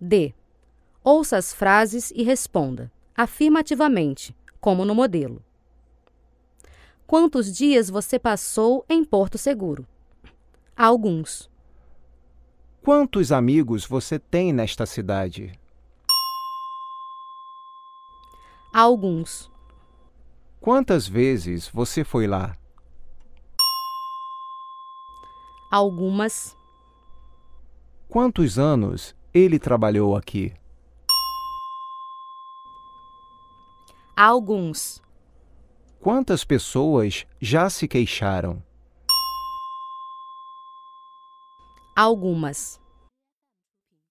D. Ouça as frases e responda, afirmativamente, como no modelo. Quantos dias você passou em Porto Seguro? Alguns. Quantos amigos você tem nesta cidade? Alguns. Quantas vezes você foi lá? Algumas. Quantos anos ele trabalhou aqui? Alguns. Quantas pessoas já se queixaram? Algumas.